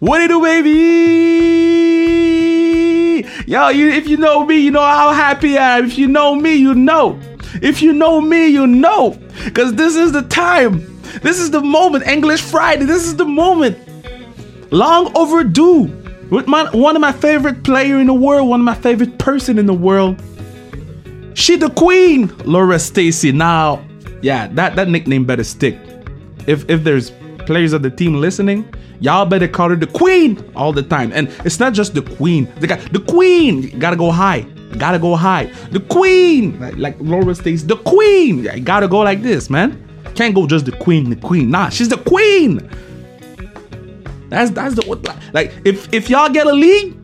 What it do, baby? Yo, you, if you know me, you know how happy I am. If you know me, you know. If you know me, you know. Because this is the time. This is the moment. English Friday. This is the moment. Long overdue. With my, one of my favorite player in the world, one of my favorite person in the world. She the queen, Laura Stacy. Now, yeah, that, that nickname better stick. If if there's players of the team listening, y'all better call her the queen all the time. And it's not just the queen. They got the queen. Gotta go high. Gotta go high. The queen, like, like Laura Stacy, the queen. I gotta go like this, man. Can't go just the queen, the queen. Nah, she's the queen. That's that's the like if if y'all get a league,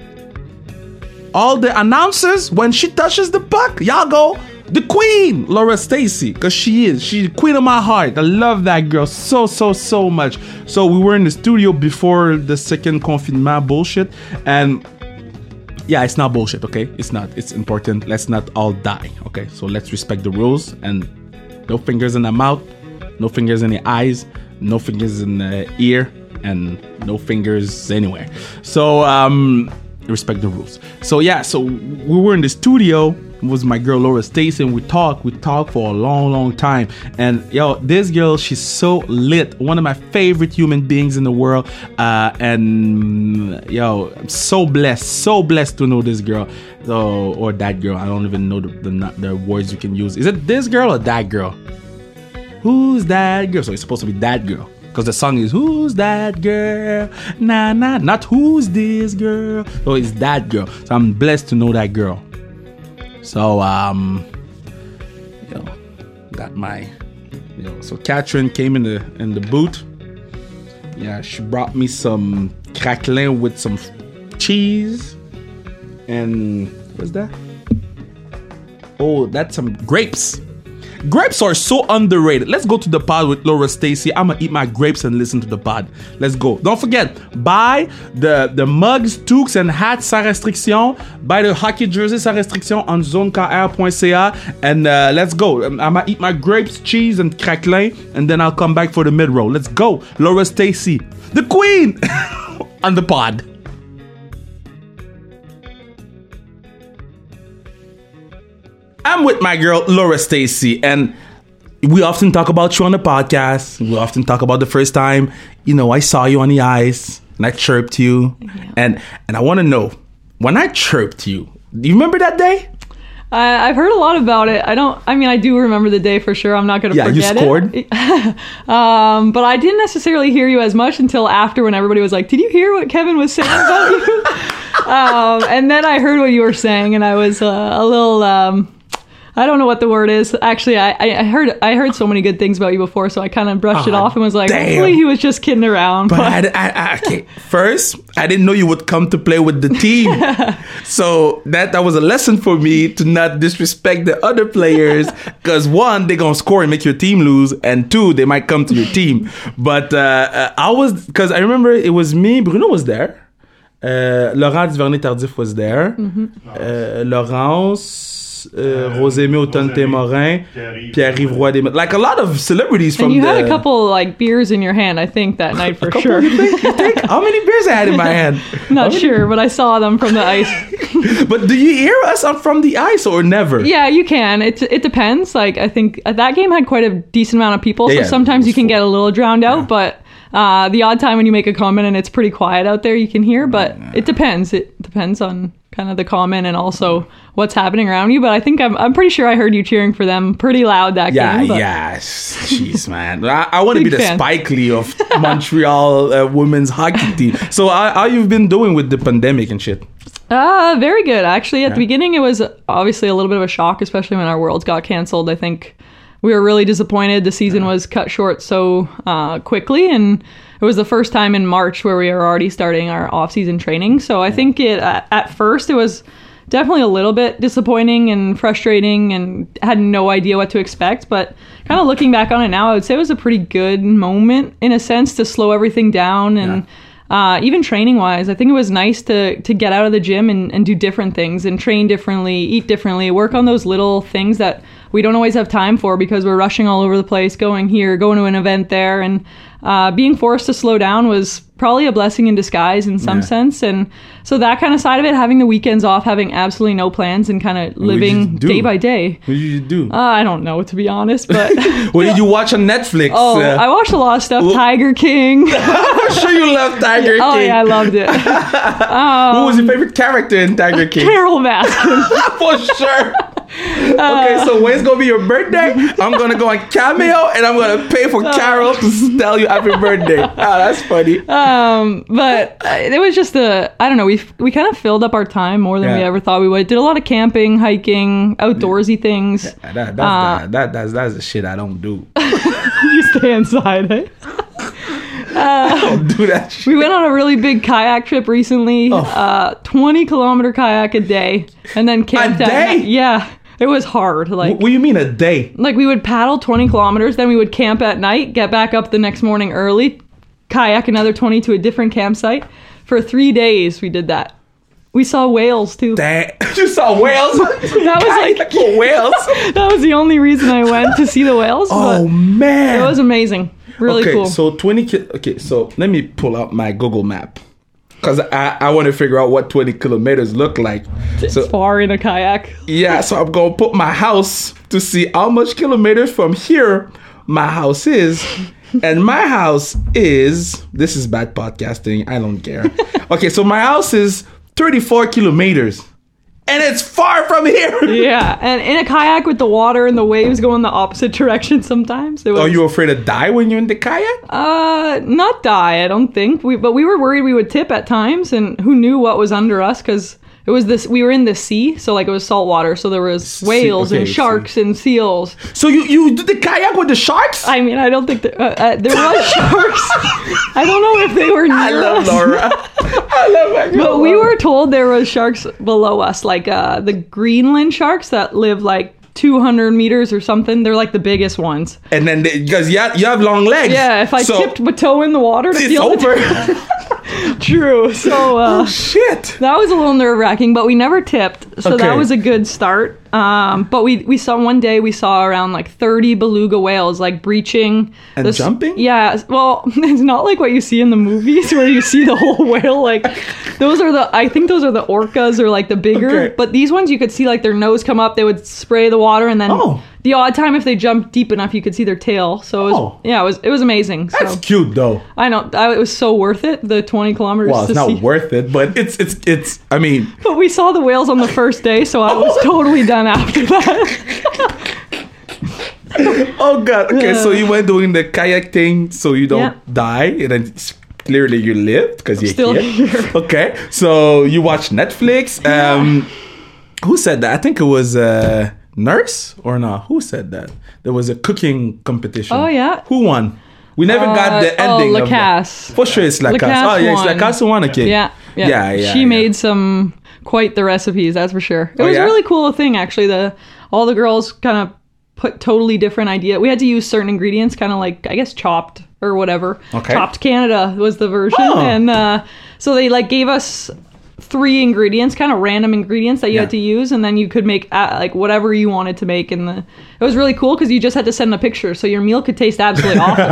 all the announcers when she touches the puck, y'all go the queen, Laura Stacy, cause she is she's the queen of my heart. I love that girl so so so much. So we were in the studio before the second confinement bullshit, and yeah, it's not bullshit. Okay, it's not. It's important. Let's not all die. Okay, so let's respect the rules and no fingers in the mouth, no fingers in the eyes, no fingers in the ear, and no fingers anywhere. So um respect the rules. So yeah, so we were in the studio it was my girl Laura Stacy and we talked, we talked for a long, long time. And yo, this girl, she's so lit. One of my favorite human beings in the world. Uh, and mm, yo, I'm so blessed, so blessed to know this girl. So, or that girl. I don't even know the, the, the words you can use. Is it this girl or that girl? Who's that girl? So it's supposed to be that girl because the song is who's that girl nah nah not who's this girl so it's that girl so i'm blessed to know that girl so um you know got my you know so katrin came in the in the boot yeah she brought me some crackling with some cheese and what's that oh that's some grapes Grapes are so underrated. Let's go to the pod with Laura Stacy. I'm gonna eat my grapes and listen to the pod. Let's go. Don't forget, buy the the mugs, toques, and hats sans restriction. Buy the hockey jersey sans restriction on zonekr.ca. And uh, let's go. I'm, I'm, gonna eat my grapes, cheese, and crackling, and then I'll come back for the mid roll. Let's go, Laura Stacy, the queen, on the pod. I'm with my girl Laura Stacy, and we often talk about you on the podcast. We often talk about the first time, you know, I saw you on the ice and I chirped you, yeah. and and I want to know when I chirped you. Do you remember that day? I, have heard a lot about it. I don't. I mean, I do remember the day for sure. I'm not going to yeah, it. forget Yeah, you scored. It. um, but I didn't necessarily hear you as much until after when everybody was like, "Did you hear what Kevin was saying about you?" um, and then I heard what you were saying, and I was uh, a little. Um, I don't know what the word is. Actually, I, I heard I heard so many good things about you before, so I kind of brushed oh, it off and was like, Ah, damn. hopefully he was just kidding around. But, but. I, I, I, okay. first, I didn't know you would come to play with the team, so that that was a lesson for me to not disrespect the other players. Because one, they're gonna score and make your team lose, and two, they might come to your team. But uh, I was because I remember it was me. Bruno was there. Uh, Laurent Duvernay-Tardif was there. Mm-hmm. Uh, Laurence. Uh, Rosemary Auton-Témorin, Pierre-Yves Roy des Like a lot of celebrities from And you the, had a couple like beers in your hand, I think, that night for sure. You think, you think? How many beers I had in my hand? Not sure, but I saw them from the ice. but do you hear us on from the ice or never? Yeah, you can. It it depends. Like I think that game had quite a decent amount of people, Yeah, so yeah, sometimes it you was can full. get a little drowned out, but. Uh, the odd time when you make a comment and it's pretty quiet out there, you can hear, but it depends. It depends on kind of the comment and also what's happening around you. But I think I'm, I'm pretty sure I heard you cheering for them pretty loud that Yeah, game. but- yeah. Jeez, man. I, I want to be Big the fan. Spike Lee of Montreal uh, women's hockey team. So, how, how you've been doing with the pandemic and shit? Uh, very good. Actually, at the beginning, it was obviously a little bit of a shock, especially when our worlds got canceled. I think we were really disappointed. The season was cut short so uh, quickly, and it was the first time in March where we were already starting our off-season training. So I think it at at first it was definitely a little bit disappointing and frustrating, and had no idea what to expect. But kind of looking back on it now, I would say it was a pretty good moment in a sense to slow everything down and uh, even training wise, I think it was nice to to get out of the gym and, and do different things and train differently, eat differently, work on those little things that we don't always have time for because we're rushing all over the place, going here, going to an event there, and uh, being forced to slow down was probably a blessing in disguise in some Yeah. sense. And so that kind of side of it, having the weekends off, having absolutely no plans, and kind of did you living do? day by day. What did you do? Uh, I don't know to be honest, but what did you watch on Netflix? oh, Uh, I watched a lot of stuff. Well- Tiger King. I'm sure you love Tiger Oh King. yeah, I loved it. Who was your favorite character in Tiger King? Carol Baskin. For sure. okay, so when's gonna be your birthday? I'm gonna go on Cameo and I'm gonna pay for Oh. Carol to tell you happy birthday. Ah, that's funny. um, but uh, it was just a I don't know. We we kind of filled up our time more than we Yeah. ever thought we would. Did a lot of camping, hiking, outdoorsy things. That, that's, Uh, that, that, that's, that's the shit I don't do. you stay inside. eh? I don't do that shit. We went on a really big kayak trip Oh. recently. Uh, twenty kilometer kayak a day, and then camped at day? night. Yeah, it was hard. Like. What do you mean a day? like we would paddle 20 kilometers then we would camp at night get back up the next morning early kayak another 20 to a different campsite for three days we did that we saw whales too That you saw whales? that was like like whales? that was the only reason i went to see the whales Oh but man! it was amazing really okay, cool so twenty. Ki- okay, so let me pull out my Google map because I I want to figure out what twenty kilometers look like. So far in a kayak Yeah, so I'm gonna put my house to see how much kilometers from here my house is. And my house is this is bad podcasting, I don't care. Okay, so my house is 34 kilometers. And it's far from here. yeah and in a kayak with the water and the waves going the opposite direction sometimes it was Are you afraid to die when you're in the kayak? Uh, not die. I don't think we, but we were worried we would tip at times, and who knew what was under us because it was this. We were in the sea, so like it was salt water, so there was whales okay, and sea. sharks and seals. So you you did the kayak with the sharks? I mean, I don't think there, uh, uh, there was sharks. I don't know if they were I near love us. Laura. I love my girl But we Laura. were told there was sharks below us, like uh, the Greenland sharks that live like 200 meters or something. They're like the biggest ones. and then because you, have- you have long legs. Yeah, if I so tipped my toe in the water to it's feel the- over. Oh, True. So uh, Shit. That was a little nerve wracking, but we never tipped, so Okay. that was a good start. Um, but we we saw one day we saw around like thirty beluga whales like breaching And jumping? Yeah, well, it's not like what you see in the movies where you see the whole whale. Like those are the I think those are the orcas or like the bigger, Okay. but these ones you could see like their nose come up. They would spray the water and then. Oh. The odd time if they jumped deep enough, you could see their tail. So it was, Oh. yeah, it was it was amazing. So That's cute though. I know I, it was so worth it. The twenty kilometers. Well, it's to not see. worth it, but it's it's it's. I mean, But we saw the whales on the first day, so I was totally done after that. oh god. Okay, so Yeah. you went doing the kayak thing, so you don't Yeah. die, and then s- clearly you lived because you're still here. Okay, so you watch Netflix. Um, who said that? I think it was uh, nurse or not. Who said that? There was a cooking competition. Oh, yeah. Who won? We never got Uh, the oh, ending. La of that. Casse. For sure, it's La La Casse. Oh Casse yeah, it's La won. Casse who won. Okay. yeah, yeah, yeah, yeah. She yeah. made some quite the recipes, that's for sure. It was yeah? a really cool thing, actually. The all the girls kind of put totally different idea. We had to use certain ingredients, kind of like I guess chopped or whatever. Okay. Chopped Canada was the version, Oh. and uh, so they like gave us three ingredients, kind of random ingredients that you Yeah. had to use, and then you could make uh, like whatever you wanted to make. And the it was really cool because you just had to send a picture, so your meal could taste absolutely awful.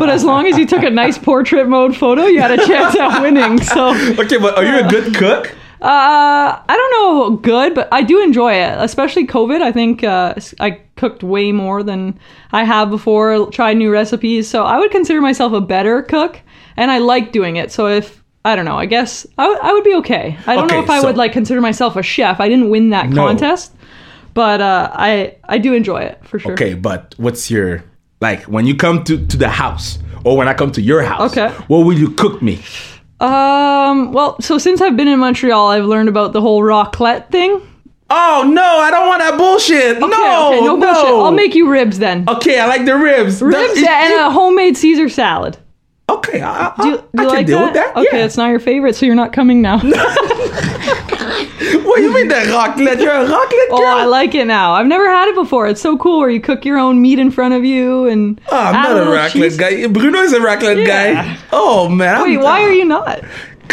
But as long as you took a nice portrait mode photo, you had a chance at winning. So Okay, but are you a good cook? uh, I don't know, good, but I do enjoy it, especially COVID. I think uh, I cooked way more than I have before, tried new recipes. So I would consider myself a better cook, and I like doing it. So if I don't know, I guess I would- I would be okay. I don't know Okay, if I so- would like consider myself a chef. I didn't win that No. contest, but uh, I I do enjoy it for sure. Okay, but what's your like when you come to to the house or when I come to your house? Okay. What will you cook me? Um. Well, so since I've been in Montreal, I've learned about the whole raclette thing. Oh no, I don't want that bullshit. no, Okay, okay, no, bullshit. I'll make you ribs then. Okay, I like the ribs. Ribs and a homemade Caesar salad. okay, I, I, Do you, do I you can like deal that? with that. Okay, yeah. it's not your favorite, so you're not coming now. What do you mean the raclette? You're a raclette oh, girl. I like it now. I've never had it before. It's so cool where you cook your own meat in front of you and Oh, I'm add not a little raclette cheese. guy. Bruno is a raclette Yeah. guy. Oh man. I'm- Wait, why are you not?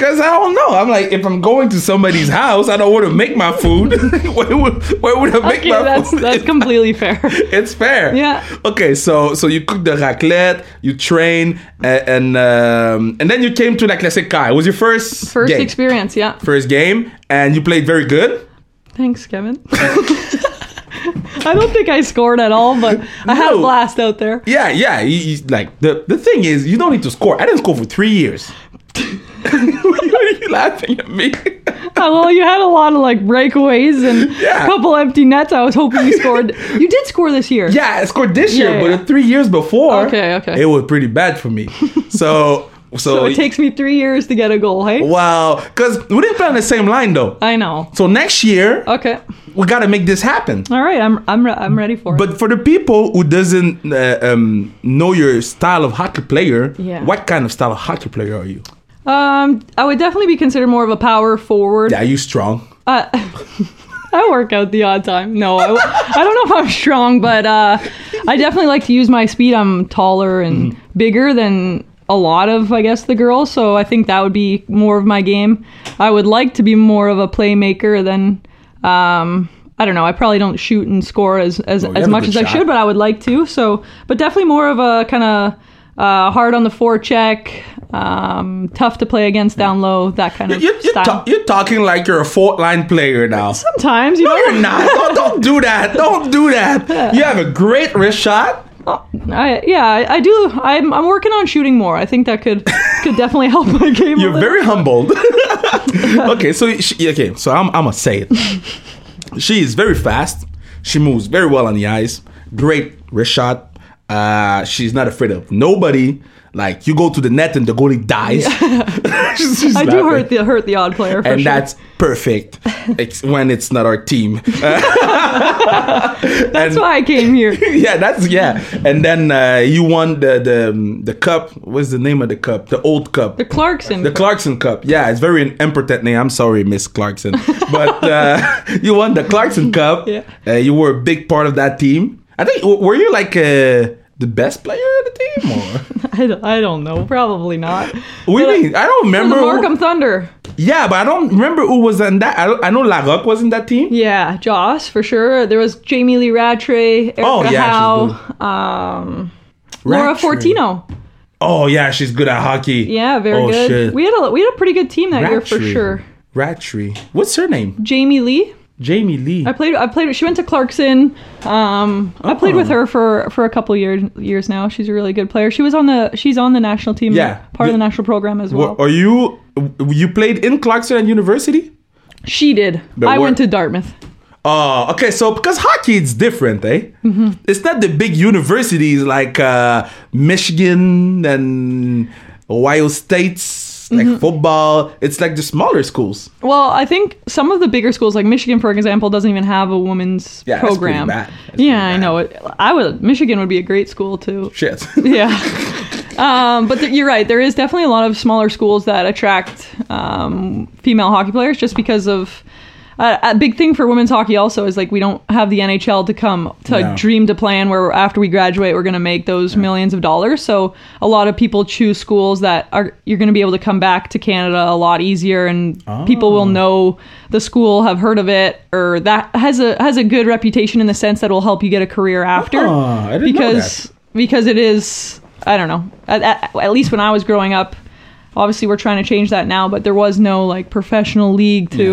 Cause I don't know. I'm like, if I'm going to somebody's house, I don't want to make my food. where, would, where would I make Okay, my that's food? that's completely fair. it's fair. Yeah. Okay, so so you cook the raclette, you train, and and, um, and then you came to La Classique. It was your first First game. experience, yeah. First game, and you played very good. Thanks, Kevin. I don't think I scored at all, but I had a No. blast out there. Yeah, yeah. You, you- like the the thing is, you don't need to score. I didn't score for three years. Why are you laughing at me? Uh, well, you had a lot of like breakaways and Yeah. a couple empty nets. I was hoping you scored. You did score this year. yeah, I scored this year, Yeah, but yeah. the three years before, Okay, okay. it was pretty bad for me. So so, So it takes me three years to get a goal. Hey, wow, because we didn't play on the same line though. I know. So next year, Okay, we gotta make this happen. all right. I'm I'm re- I'm ready for it. But for the people who doesn't uh, um, know your style of hockey player, Yeah. what kind of style of hockey player are you? um, I would definitely be considered more of a power forward. Yeah, are you strong? Uh, I work out the odd time. No, I, I don't know if I'm strong, but uh, I definitely like to use my speed. I'm taller and Mm-hmm. bigger than a lot of, I guess, the girls. So I think that would be more of my game. I would like to be more of a playmaker than. Um, I don't know. I probably don't shoot and score as as, you as have a much good as I shot. should, but I would like to. So, but definitely more of a kind of uh, hard on the forecheck, um, tough to play against down low, that kind of You're, you're, style. ta- you're talking like you're a fourth line player now. Sometimes you No, know you're not. Don't, don't do that. Don't do that. You have a great wrist shot. I, yeah, I, I do. I'm, I'm working on shooting more. I think that could could definitely help my game. a You're little. very humbled. okay, so she, okay, so I'm, I'm gonna say it. She is very fast. She moves very well on the ice. Great wrist shot. Uh, she's not afraid of nobody. Like you go to the net and the goalie dies. She's- she's I do laughing. hurt the hurt the odd player. For and sure. that's perfect. it's when it's not our team. that's why I came here. yeah, that's yeah. And then uh, you won the the um, the cup. What's the name of the cup? The old cup. The Clarkson. The Clarkson Cup. Yeah, it's very important name. I'm sorry, Miss Clarkson, but uh, you won the Clarkson Cup. Yeah. Uh, you were a big part of that team. I think w- were you like uh, the best player of the team? Or? I, don't, I don't know. Probably not. what do you mean? I don't The remember. who- Markham Thunder. yeah, but I don't remember who was on that. I, don't- I know Larocque was in that team. Yeah, Joss for sure. There was Jamie Lee Rattray, Erica Oh, yeah, she's Howe, um, Laura Rattray. Fortino. Oh yeah, she's good at hockey. Yeah, very oh, good. Shit. We had a we had a pretty good team that year for Rattray. sure. Rattray. What's her name? Jamie Lee. Jamie Lee. I played. I played. She went to Clarkson. Um, I played Oh. with her for for a couple years years now. She's a really good player. She was on the. She's on the national team. Yeah. part of the The- national program as well. Wha- Are you? You played in Clarkson at University? she did. But I what- went to Dartmouth. Oh, okay. So because hockey it's different, eh? Mm-hmm. It's not the big universities like uh, Michigan and Ohio States, like Mm-hmm. football. It's like the smaller schools. Well, I think some of the bigger schools, like Michigan, for example, doesn't even have a women's Yeah, that's pretty program. bad. That's yeah, pretty I bad. know it. I would. Michigan would be a great school too. Shit. yeah. Um, but th- you're right. There is definitely a lot of smaller schools that attract um, female hockey players just because of uh, a big thing for women's hockey. Also, is like we don't have the NHL to come to No. dream to plan where after we graduate we're going to make those millions of dollars. So a lot of people choose schools that are you're going to be able to come back to Canada a lot easier, and people will know the school, have heard of it, or that has a has a good reputation in the sense that will help you get a career after Oh, I didn't know because because it is I don't know at, at, at least when I was growing up obviously we're trying to change that now but there was no like professional league to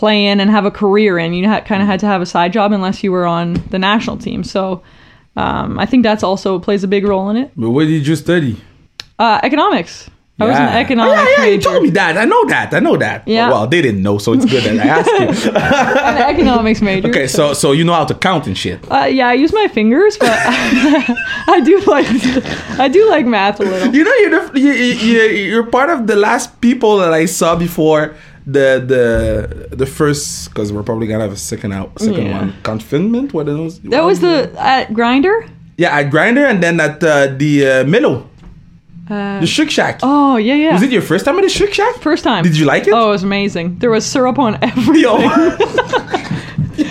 play in and have a career in you ha- kind of had to have a side job unless you were on the national team so um, I think that's also plays a big role in it but what did you study? uh, economics I was an Yeah. economics Oh, yeah, yeah, you major. told me that. I know that. I know that. Yeah. Well, they didn't know, so it's good that I asked you. I'm an economics major. Okay, so so you know how to count and shit. uh, yeah, I use my fingers, but I do like I do like math a little. You know, you're the, you, you, you're part of the last people that I saw before the the the first because we're probably gonna have a second out second Yeah. one confinement. What else? That was the at grinder. yeah at Grinder and then at uh, the uh, Milo, Uh, the Shik Shack. Oh yeah, yeah. Was it your first time at the Shik Shack? First time. Did you like it? Oh, it was amazing. There was syrup on every. Yo.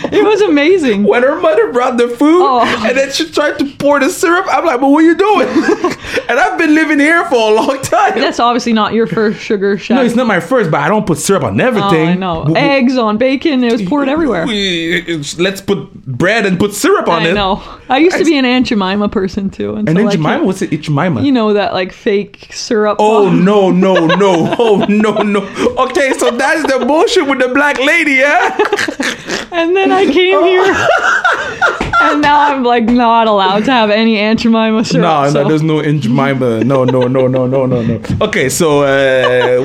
It was amazing. when her mother brought the food Oh. and then she tried to pour the syrup, I'm like, but what are you doing? and I've been living here for a long time. That's obviously not your first sugar shack. no, it's not my first, but I don't put syrup on Oh, everything. I know. W- w- Eggs on bacon. It was poured everywhere. we- it's- let's put bread and put syrup on I it. know. I used to be an Aunt Jemima person too, and, And so then I can't- Jemima, what's it? It's Jemima. you know that like fake syrup. Oh no no no! Oh no no! Okay, so that's the bullshit with the black lady, yeah. And then I came here, and now I'm like not allowed to have any Aunt Jemima syrup. No, so- no, there's no in Jemima. No, no, no, no, no, no, no. Okay, so uh,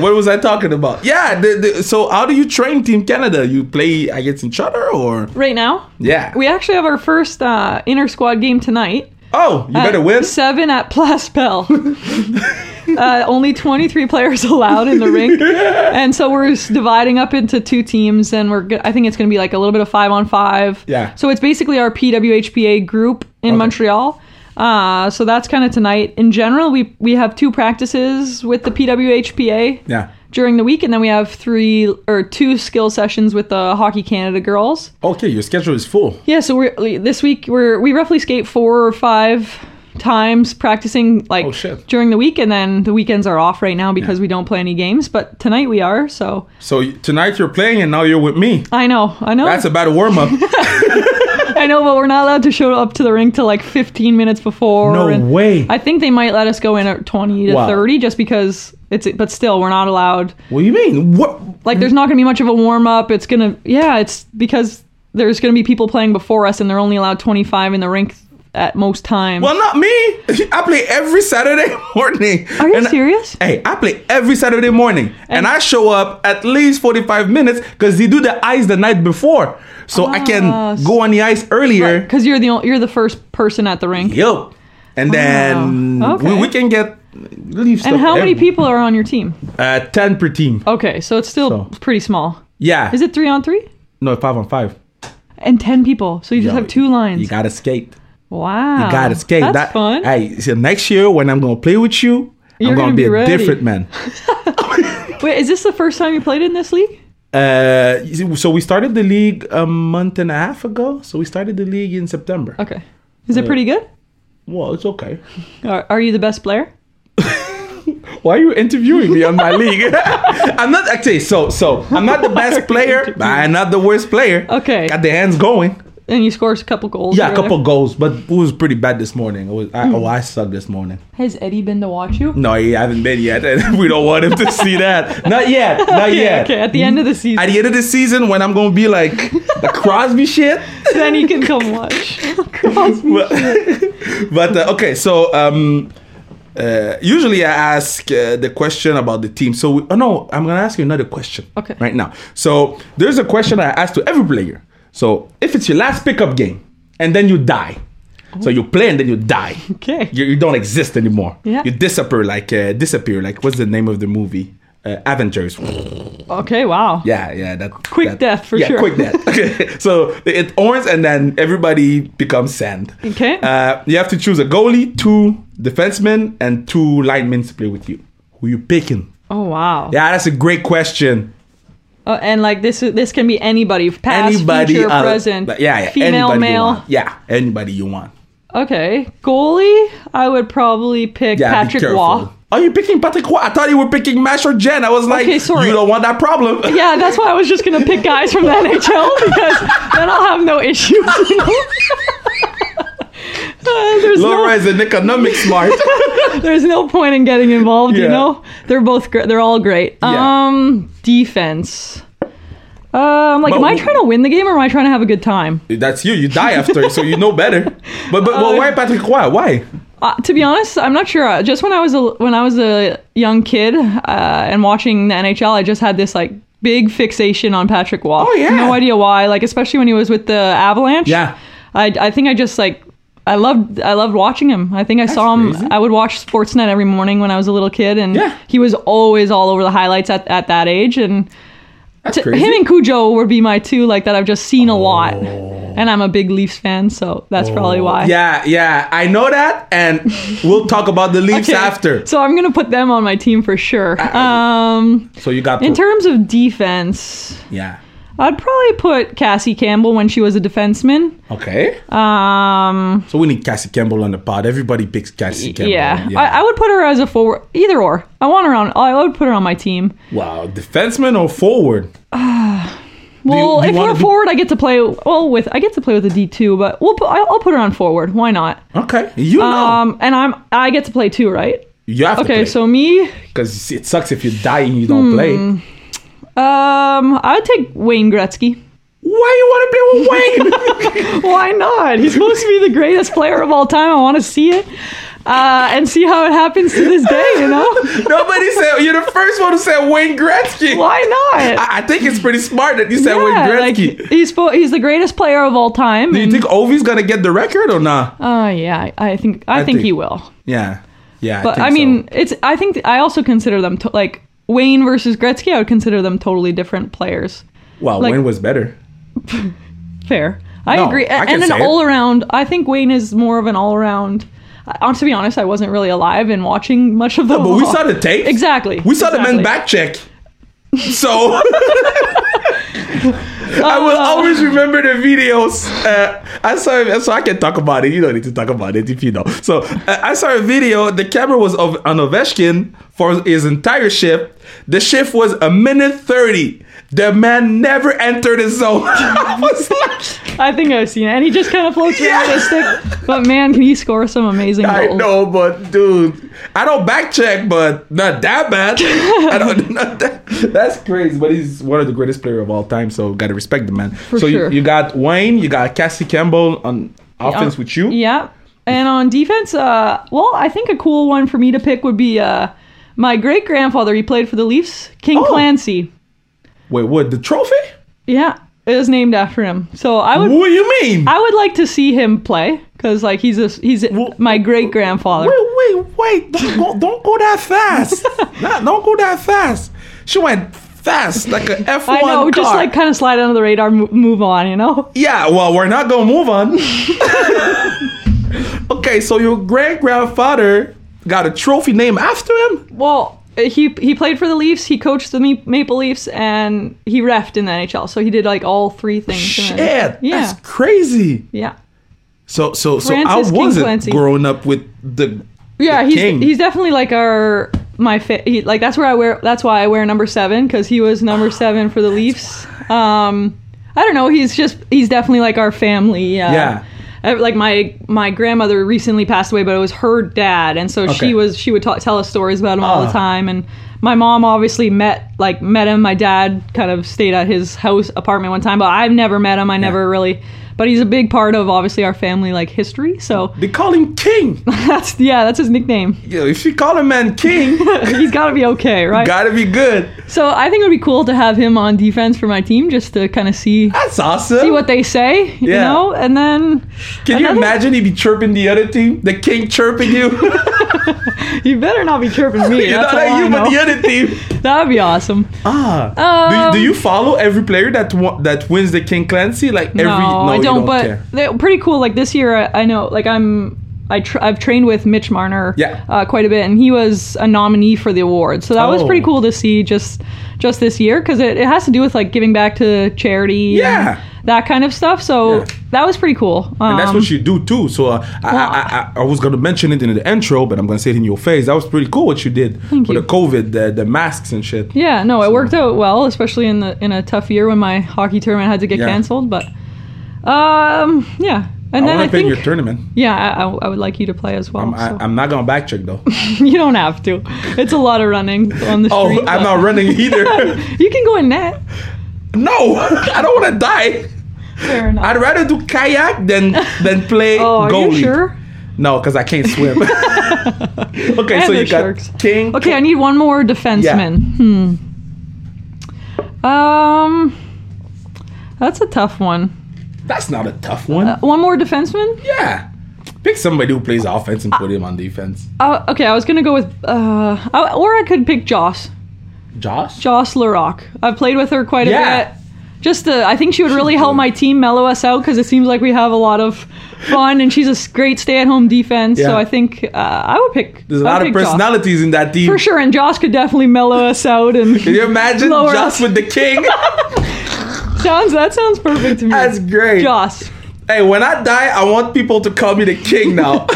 what was I talking about? Yeah, the, the, so how do you train Team Canada? You play against each other, or right now. yeah? We actually have our first uh, inter squad game tonight. oh, you better at win. Seven at Plaspel. uh, only 23 players allowed in the rink. And so we're s- dividing up into two teams, and we're, go- I think it's going to be like a little bit of five on five. Yeah. So it's basically our PWHPA group in Montreal. Uh, so that's kind of tonight. In general, we, we have two practices with the PWHPA Yeah. during the week, and then we have three or two skill sessions with the Hockey Canada girls. Okay, your schedule is full. Yeah, so we're like, this week we're we roughly skate four or five times practicing like Oh, shit. during the week and then the weekends are off right now because we don't play any games, but tonight we are, so So y- tonight you're playing, and now you're with me. I know, I know. That's about a warm up. I know, but we're not allowed to show up to the rink till like 15 minutes before. No and way. I think they might let us go in at 20 to Wow. 30 just because it's but still we're not allowed. what do you mean? What? Like there's not going to be much of a warm up. It's going to yeah, it's because there's going to be people playing before us and they're only allowed 25 in the rink at most times. Well, not me. I play every Saturday morning. are you And- serious? Hey, I play every Saturday morning, and, I show up at least forty-five minutes because they do the ice the night before, so I Ah, can go on the ice earlier. Because you're the o- you're the first person at the rink. Yo, and then Wow. Okay. we, we can get leave stuff. And how many every- people are on your team? Uh, Ten per team. Okay, so it's still So- pretty small. Yeah. Is it three on three? no five on five? And ten people, so you just Yo, have two lines. You gotta skate. wow, You gotta skate. Ah, That's that, fun. Hey, so next year when I'm gonna play with you, You're I'm gonna gonna, be, be a ready. different man. Wait, is this the first time you played in this league? Uh, you see, so we started the league a month and a half ago. So we started the league in September. Okay, is Uh, it pretty good? Well, it's okay. Are, are you the best player? Why are you interviewing me on my league? I'm not actually so so I'm not the best player, but I'm not the worst player. Okay. Got the hands going. And you score a couple goals. Yeah, or a other. couple goals, but it was pretty bad this morning. It was, I, Hmm. Oh, I sucked this morning. Has Eddie been to watch you? No, I haven't been yet. and we don't want him to see that. Not yet. Not yet. okay, at the end of the At season, the end of the season, when I'm gonna be like the Crosby shit. then you can come watch. Crosby. But, but, uh, okay, so um, uh, usually I ask uh, the question about the team. So we, oh no, I'm gonna ask you another question. Okay. Right now, so there's a question I ask to every player. So if it's your last pickup game and then you die, so you play and then you die. Okay. You, you don't exist anymore. Yeah. You disappear like uh, disappear like what's the name of the movie? Uh, Avengers. Okay, wow. Yeah, yeah, that Quick that- death, for yeah, sure. Quick death. Okay, so it orange, and then everybody becomes sand. Okay. Uh, you have to choose a goalie, two defensemen, and two linemen to play with you. Who you picking? Oh wow. Yeah, that's a great question. Oh, and like this, this can be anybody, past, anybody, future, uh, present, but yeah, yeah, female, anybody You male. want. Yeah, anybody you want. Okay, goalie, I would probably pick Yeah, be Patrick careful. Waugh. Are you picking Patrick Waugh? I thought you were picking Mash or Jen. I was like, Okay, sorry. you don't want that problem. Yeah, that's why I was just gonna pick guys from the NHL because then I'll have no issues. You know? Uh, there's Laura no, is an economic smart. there's no point in getting involved, you Yeah. know. They're both great. They're all great. Yeah. Um, defense. Um, like, But am I w- trying to win the game or am I trying to have a good time? That's you. You die after, so you know better. But but, but Uh, why Patrick Waugh? Why? Uh, to be honest, I'm not sure. Uh, Just when I was a when I was a young kid uh, and watching the NHL, I just had this like big fixation on Patrick Waugh. Oh, yeah. no idea why. Like especially when he was with the Avalanche. Yeah. I, I think I just like I loved I loved watching him. I think I saw him. crazy. I would watch Sportsnet every morning when I was a little kid, and Yeah. he was always all over the highlights at, at that age. And That's t- crazy. him and Cujo would be my two like that I've just seen a lot, Oh. and I'm a big Leafs fan, so that's probably why. Yeah, yeah, I know that, and we'll talk about the Leafs Okay, after. Ah, So I'm gonna put them on my team for sure. Um, So you got in terms of defense, yeah. I'd probably put Cassie Campbell when she was a defenseman. Okay. Uh, Um, so we need Cassie Campbell on the pod. Everybody picks Cassie Campbell. yeah, I, I would put her as a forward, either or. I want her on. I would put her on my team. wow. Defenseman or forward? Well, do you if wanna you're a do- forward, I get to play. Well, with I get to play with a D two, but we'll put, I'll I'll put her on forward. Why not? Okay. You know. Um, and I'm I get to play two, right? you have Oh, to Okay, play. so Hmm. me, Because it sucks if you die and you don't play. um, I would take Wayne Gretzky. Why you want to play with Wayne? Why not? He's supposed to be the greatest player of all time. I want to see it uh, and see how it happens to this day. You know, Nobody said you're the first one who said Wayne Gretzky. why not? I, I think it's pretty smart that you said Yeah, Wayne like, Gretzky. he's spo- he's the greatest player of all time. Do you think Ovi's gonna get the record or not? Oh yeah, I I think I, think, think- he will. Yeah, yeah. But think I, so. mean, it's I think I also consider them to, like Wayne versus Gretzky. I would consider them totally different players. well, like- Wayne was better. Fair. I No, agree. I can and an say it. all around, I think Wayne is more of an all around. Uh, to be honest, I wasn't really alive and watching much of the. But we saw the tape. Exactly. We saw the exactly. men back check. So I will Uh, always remember the videos. Uh, I saw, it- so I can talk about it. You don't need to talk about it if you know. So uh, I saw a video. The camera was of on Ovechkin for his entire shift. The shift was a minute thirty. The man never entered his zone. I was like, I think I've seen it, and he just kind of floats around with a stick. But man, can he score some amazing I goals? know, but dude, I don't back check, but not that bad. I don't. Not that, that's crazy, but he's one of the greatest player of all time. So gotta respect the man. so sure. you, you got Wayne, you got Cassie Campbell on offense with you. Yeah. And on defense, uh, well, I think a cool one for me to pick would be uh, my great grandfather. He played for the Leafs, King Oh. Clancy. Wait, what? The trophy? Yeah, it was named after him. So I would What do you mean? I would like to see him play because like he's a, he's Well- my great grandfather. wait, wait, wait! Don't go, don't go that fast. Nah, don't go that fast. She went fast like an F one I know, car. just like kind of slide under the radar, mo- move on, you know. Yeah, well, we're not gonna move on. okay, so your great grandfather got a trophy named after Oh, him. Well, uh, he he played for the Leafs, he coached the Ma- Maple Leafs, and he refed in the NHL. So he did like all three things. in Shit, the- that's yeah, crazy. yeah, So, so, so, Francis I King wasn't Clancy. growing up with the. yeah. the He's king. he's definitely like our my fa- he, like that's where I wear that's why I wear number seven because he was number seven for the Leafs. Um, I don't know. He's just he's definitely like our family. Yeah. Yeah. Uh, like my my grandmother recently passed away, but it was her dad, and so Okay. she was she would ta- tell us stories about him all Ah. the time. And my mom obviously met like met him. My dad kind of stayed at his house apartment one time, but I've never met him. I never really, but he's a big part of obviously our family like history. So They call him King. that's yeah, that's his nickname. you know, if you call a man King, he's got to be okay, right? gotta be good. so I think it would be cool to have him on defense for my team just to kind of see. That's awesome. See what they say, you Yeah. know, and then Can you another- imagine he be chirping the other team? The King chirping you? you better not be chirping me. you know, That's all not I you, know. but the other team. That'd be awesome. Ah. do, Um, you, do you follow every player that wa- that wins the King Clancy? Like every no, I you don't, but care. they're pretty cool. Like this year, I, I know, like I'm, I tr- I've trained with Mitch Marner, Yeah. uh, quite a bit, and he was a nominee for the award, so that was Oh. pretty cool to see just just this year because it, it has to do with like giving back to charity, and Yeah. that kind of stuff. So Yeah. that was pretty cool. Um, And that's what you do too. So uh, I, I, I, I was gonna mention it in the intro, but I'm gonna say it in your face. That was pretty cool what you did with you. the COVID, the, the masks and shit. yeah, no, it worked out well, especially in the in a tough year when my hockey tournament had to get Yeah. canceled. But um, yeah, and I then want I to pick think your tournament. yeah, I, I- I would like you to play as well. I'm, I, so. I'm not gonna backcheck though. You don't have to. It's a lot of running on the Oh, street. I'm not running either. You can go in net. no, I don't want to die. Fair enough. I'd rather do kayak than than play oh, are goalie. you sure? No, because I can't swim. okay, And so they're you got sharks. King. Okay, I need one more defenseman. Hmm. Um, that's a tough one. Uh, That's not a tough one. One more defenseman? Yeah. Pick somebody who plays offense Ah. and put him on defense. Uh, okay, I was gonna go with uh, I- or I could pick Joss, Josh? Joss Laroque. I've played with her quite Yeah. a bit. Just uh, I think she would really help good. my team mellow us out because it seems like we have a lot of fun, and she's a s- great stay-at-home defense. Yeah. So I think uh, I would pick. There's a I would lot of pick Joss. personalities in that team. For sure, and Josh could definitely mellow us out and Can you imagine Lower Josh us. with the king? sounds that sounds perfect to me. That's great. Joss. Hey, when I die, I want people to call me the king now.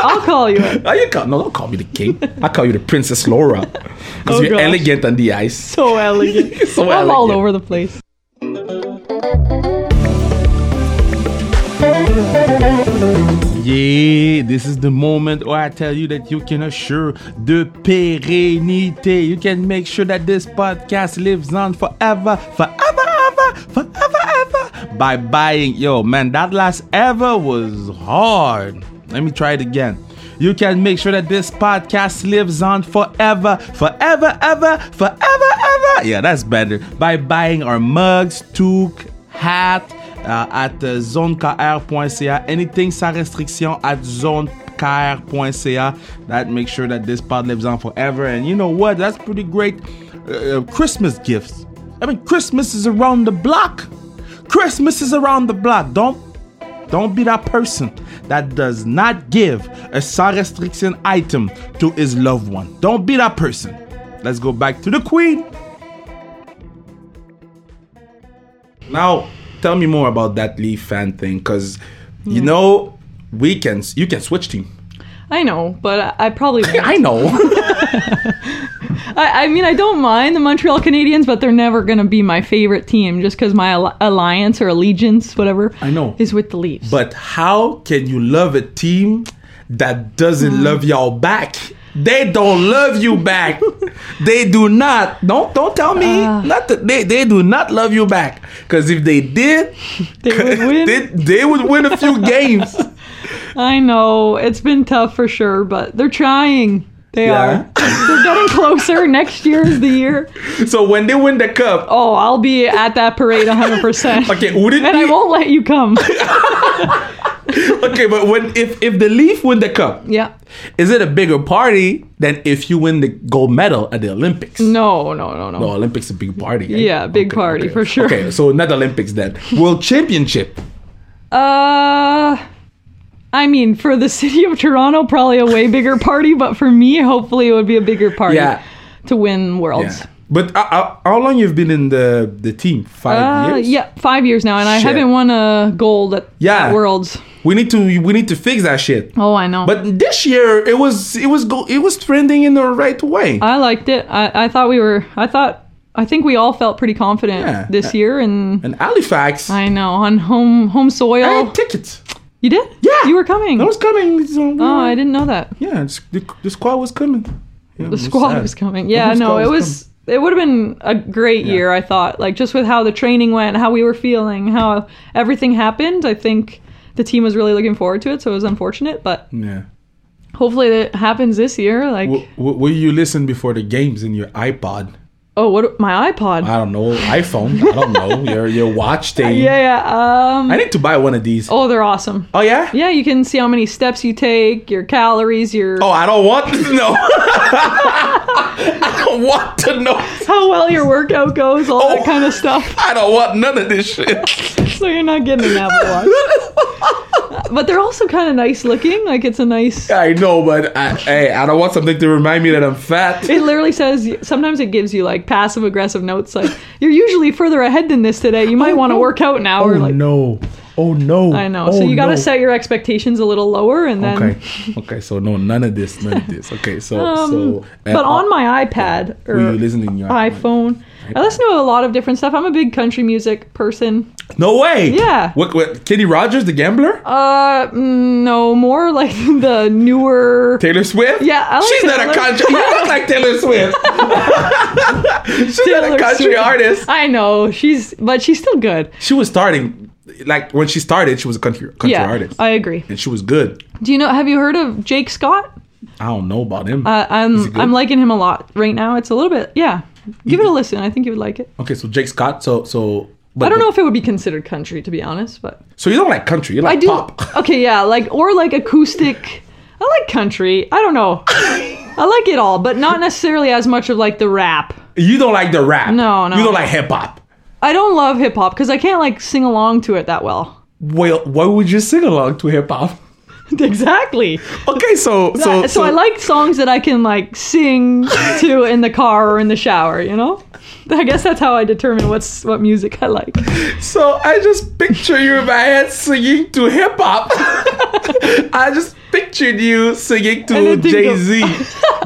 I'll call you. it. Oh, you call, no, don't call me the king. I call you the Princess Laura. Because Oh, you're gosh. elegant on the ice. So elegant. So I'm all elegant. over the place. Yeah, this is the moment where I tell you that you can assure the pérennité. You can make sure that this podcast lives on forever, forever, ever, forever, ever by buying. Yo, man, that last ever was hard. Let me try it again. You can make sure that this podcast lives on forever, forever, ever, forever, ever. Yeah, that's better. By buying our mugs, toque, hat, uh, at uh, zonekr.ca. Anything sans restriction at zonekr.ca. That makes sure that this pod lives on forever. And you know what? That's pretty great uh, uh, Christmas gifts. I mean, Christmas is around the block. Christmas is around the block. Don't don't be that person that does not give a sans restriction item to his loved one. Don't be that person. Let's go back to the queen. Now, tell me more about that Leaf fan thing, because you Hmm. know we can you can switch team. I know, but I, I probably won't. I know. I, I mean, I don't mind the Montreal Canadiens, but they're never going to be my favorite team just because my al- alliance or allegiance, whatever, I know. is with the Leafs. but how can you love a team that doesn't Hmm. love y'all back? They don't love you back. they do not. Don't don't tell me. Ah. not that they they do not love you back. Because if they did, They would win. they, they would win a few games. I know it's been tough for sure, but they're trying. They Yeah. are. they're getting closer. Next year is the year. So when they win the cup, Oh, I'll be at that parade 100. percent okay, would it And be I won't let you come. Oh. okay? But when if if the Leaf win the cup, Yeah. Is it a bigger party than if you win the gold medal at the Olympics? No, no, no, no. No, Olympics a big party. eh? Yeah, big party, for sure. Okay, so not Olympics then. World Championship. Uh, I mean, for the city of Toronto, probably a way bigger party, but for me, hopefully, it would be a bigger party Yeah. to win worlds. Yeah. But uh, uh, how long you've been in the the team? Five Uh, years. yeah, five years now, and I Shit. haven't won a gold at, Yeah. at Worlds. We need to we need to fix that shit. Oh, I know. But this year it was it was go- it was trending in the right way. I liked it. I, I thought we were. I thought. I think we all felt pretty confident Yeah. this year, and and Halifax, I I know on home home soil. had tickets. you did? Yeah. you were coming. That was coming. so we oh, were- I didn't know that. Yeah, it's- the, the squad was coming. Yeah, it the squad sad. was coming. Yeah, whole no, squad it was was. It would have been a great year, I thought. Like just with how the training went, how we were feeling, how everything happened. I think the team was really looking forward to it, so it was unfortunate, but Yeah. hopefully it happens this year. Like, W- w- will you listen before the games in your iPod? oh, what my iPod? I don't know, iPhone. I don't know your your watch thing. yeah, yeah. Um, I need to buy one of these. Oh, oh, they're awesome. yeah. Yeah, you can see how many steps you take, your calories, your Oh, I don't want to know. I don't want to know. how well your workout goes, all Oh. that kind of stuff. I don't want none of this shit. So you're not getting an Apple Watch. but they're also kind of nice looking. Like it's a nice. I know, but I, hey, I don't want something to remind me that I'm fat. It literally says sometimes it gives you like passive aggressive notes like you're usually further ahead than this today. You might want to work out now Oh or like no! Oh no! I know. Oh, so you got to no. set your expectations a little lower and then Okay. Okay. So no, none of this. None of this. Okay. So um, so. uh, but on my iPad or were you listening in your iPhone, I listen to a lot of different stuff. I'm a big country music person. No way. Yeah. What? What? Kenny Rogers, the gambler. Uh mm, no, more like the newer Taylor Swift? Yeah, I like she's not Taylor. a country. You look like Taylor Swift. she's not a Taylor country Swift. artist. I know. She's but she's still good. She was starting, like when she started, she was a country country yeah. artist, I agree. and she was good. Do you know have you heard of Jake Scott? I don't know about him. Uh, it I'm good? I'm liking him a lot right now. It's a little bit, yeah. Give it a listen. I think you would like it. okay, so Jake Scott. So so. But, I don't know if it would be considered country, to be honest, but So you don't like country? You I like do. pop? Okay, yeah, like or like acoustic. I like country. I don't know. I like it all, but not necessarily as much of like the rap. You don't like the rap? No, no, You don't no. like hip hop? I don't love hip hop because I can't like sing along to it that well. Well, why would you sing along to hip hop? exactly. Okay, so so So, I like songs that I can like sing to in the car or in the shower. You know, I guess that's how I determine what's what music I like. So I just picture you in my head singing to hip hop. I just pictured you singing And to then think Jay of- Z.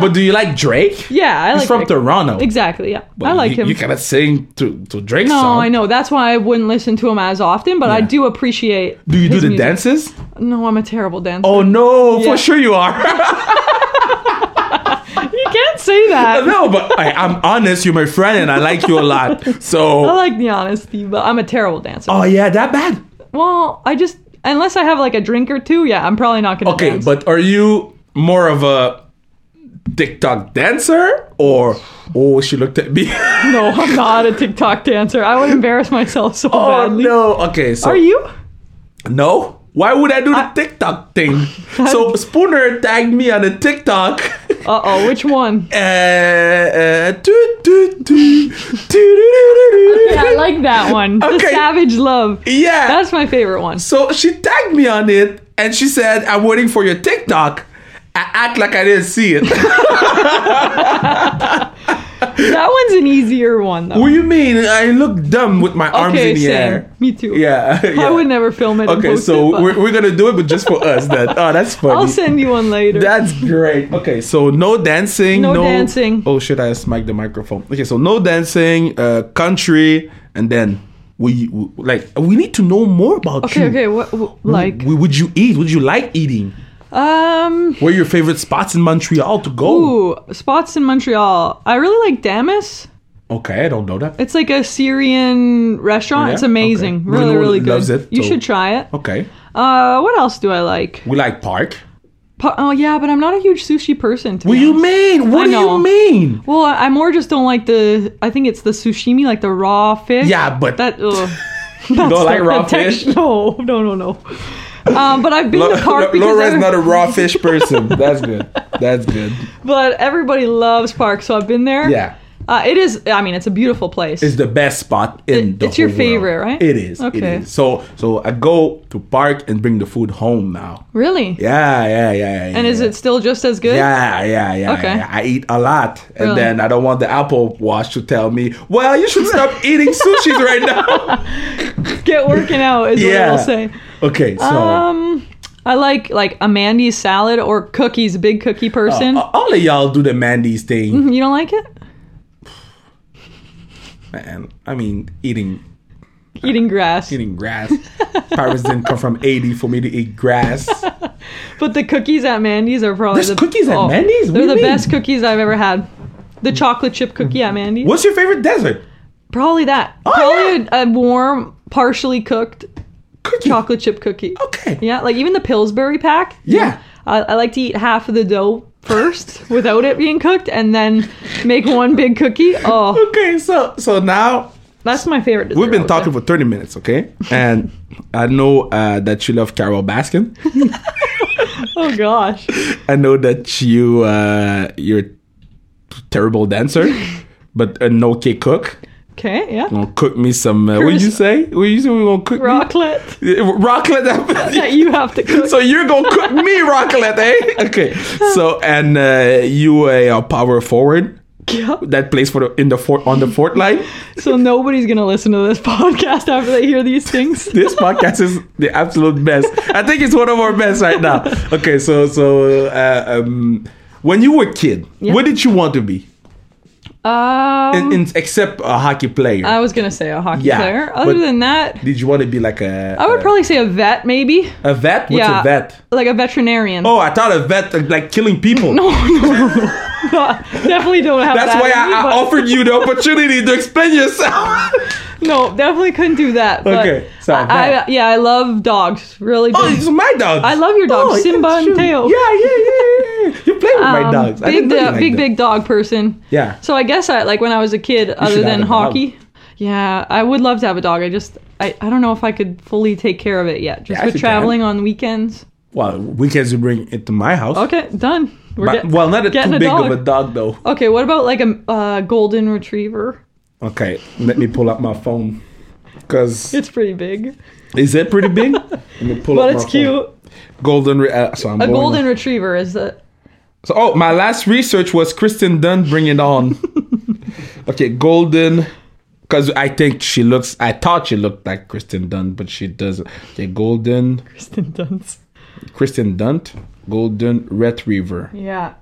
but do you like Drake? Yeah, I He's like from Drake. Toronto. Exactly. Yeah, But I like you, him. You cannot sing to to Drake no, song. I know. That's why I wouldn't listen to him as often, but I Yeah. do appreciate. Do you do his the music. dances? No, I'm a terrible dancer. Oh no, Yeah. for sure you are. You can't say that. no, but I, I'm honest. You're my friend, and I like you a lot. So. I like the honesty, but I'm a terrible dancer. Oh yeah, that bad. Well, I just unless I have like a drink or two, yeah, I'm probably not gonna. Okay, dance. but are you more of a TikTok dancer or oh she looked at me? no, I'm not a TikTok dancer. I would embarrass myself so Oh badly. no. Okay, so Are you? No. Why would I do the TikTok thing? so Spooner tagged me on the TikTok. Uh oh, which one? Uh, uh, doo, doo, doo, doo, doo, doo, doo, doo. Yeah, I like that one. The Okay. Savage Love. Yeah. That's my favorite one. so she tagged me on it and she said, I'm waiting for your TikTok. I act like I didn't see it. That one's an easier one though. what do you mean? I look dumb with my arms okay, in the same. air. Me too. Yeah, yeah. I would never film it. and Okay, post so it, but we're, we're gonna do it, but just for us. Then. Oh, that's funny. I'll send you one later. That's great. Okay, so no dancing. No dancing. Oh shit! I smacked the microphone. Okay, so no dancing, uh, country, and then we, we like we need to know more about okay, you. okay. What, what like? we, would you eat? Would you like eating? Um. Where are your favorite spots in Montreal to go? Ooh, spots in Montreal. I really like Damas. Okay, I don't know that. It's like a Syrian restaurant. Oh, Yeah? It's amazing. Okay. Really, Bruno really good. loves it, you so- should try it. Okay, Uh, what else do I like? we like park. Pa- oh yeah, but I'm not a huge sushi person. To What be do you honest. mean? What I do know. you mean? Well, I I more just don't like the. I think it's the sushimi, like the raw fish. Yeah, but- that. Ugh, you don't like raw fish? No, no, no, no. Um, but I've been to Park because Laura's every- not a raw fish person. That's good. That's good. but everybody loves Park, so I've been there. Yeah. uh, it is. I mean, it's a beautiful place. is the best spot in It- the it's your whole world. favorite, right? It is. Okay. Okay. So so I go to park and bring the food home now. really? Yeah, yeah, yeah. yeah And is it still just as good? Yeah, yeah, yeah. Okay. yeah. I eat a lot, and Really? then I don't want the Apple Watch to tell me, "Well, you should stop eating sushis right now." Get working out is yeah. what I'll say. Okay. So Um, I like like a Mandy's salad or cookies. Big cookie person. uh, all of y'all do the Mandy's thing, you don't like it? man. I mean, eating Eating grass. eating grass. Paris didn't come from eighty for me to eat grass. But the cookies at Mandy's are probably There's the oh, cookies at Mandy's? What do They're you the mean? best cookies I've ever had. The chocolate chip cookie at Mandy's. What's your favorite dessert? Probably that. Oh, probably a, a warm, partially cooked Cookie. chocolate chip cookie. Okay. Yeah, like even the Pillsbury pack. Yeah. I, I like to eat half of the dough first without it being cooked, and then make one big cookie. Oh, Okay. So so now that's my favorite. dessert, We've I been would talking say. for 30 minutes, okay? And I know uh, that you love Carol Baskin. Oh gosh. I know that you uh, you're a terrible dancer, but an okay cook. Okay. Yeah. Gonna cook me some. Uh, what did you Curtis- say? What did you say? We gonna cook Rocklet me? Uh, Rocklet. that you have to cook. so you're gonna cook me rocklet, eh? Okay. So and uh, you uh, are power forward Yeah. that plays for the in the fourth on the fourth line. So nobody's gonna listen to this podcast after they hear these things. this podcast is the absolute best. I think it's one of our best right now. Okay, so so uh, um, when you were a kid, Yeah. what did you want to be? Um, In, in, except a hockey player, I was gonna say a hockey Yeah, player. Other but- than that, did you want to be like a? I would a- probably say a vet, maybe a vet. What's yeah. a vet? like a veterinarian. Oh, I thought a vet uh, like killing people. no, no, no, no. definitely don't have. That's that why in me, I, I but- offered you the opportunity to explain yourself. No, definitely couldn't do that. But Okay, so I, I, vet. yeah, I love dogs. Really, oh, big. it's my Oh, dog. I love your dogs, Simba and Teo. Yeah, yeah, yeah, yeah. You play with my Um, dogs. I Big, didn't know you do- liked big, them. big dog person. Yeah. So I guess I like when I was a kid, other should have a than dog. hockey. Yeah, I would love to have a dog. I just I, I don't know if I could fully take care of it yet. Just Yeah, if with you can. traveling on weekends. Well, weekends you bring it to my house. Okay, done. But, We're get- well, not a getting too a big dog. of a dog though. Okay, what about like a uh, golden retriever? Okay, let me pull up my phone. Cause It's pretty big. Is that pretty big? Let me pull But up it's my cute. phone. Golden. Re- uh, so I'm A going golden retriever is the So, oh, my last research was Kristen Dunn. Bring it on. okay, Golden. Because I think she looks. I thought she looked like Kristen Dunn, but she doesn't. Okay, Golden. Kristen Dunst. Kristen Dunst. Golden Retriever. Yeah.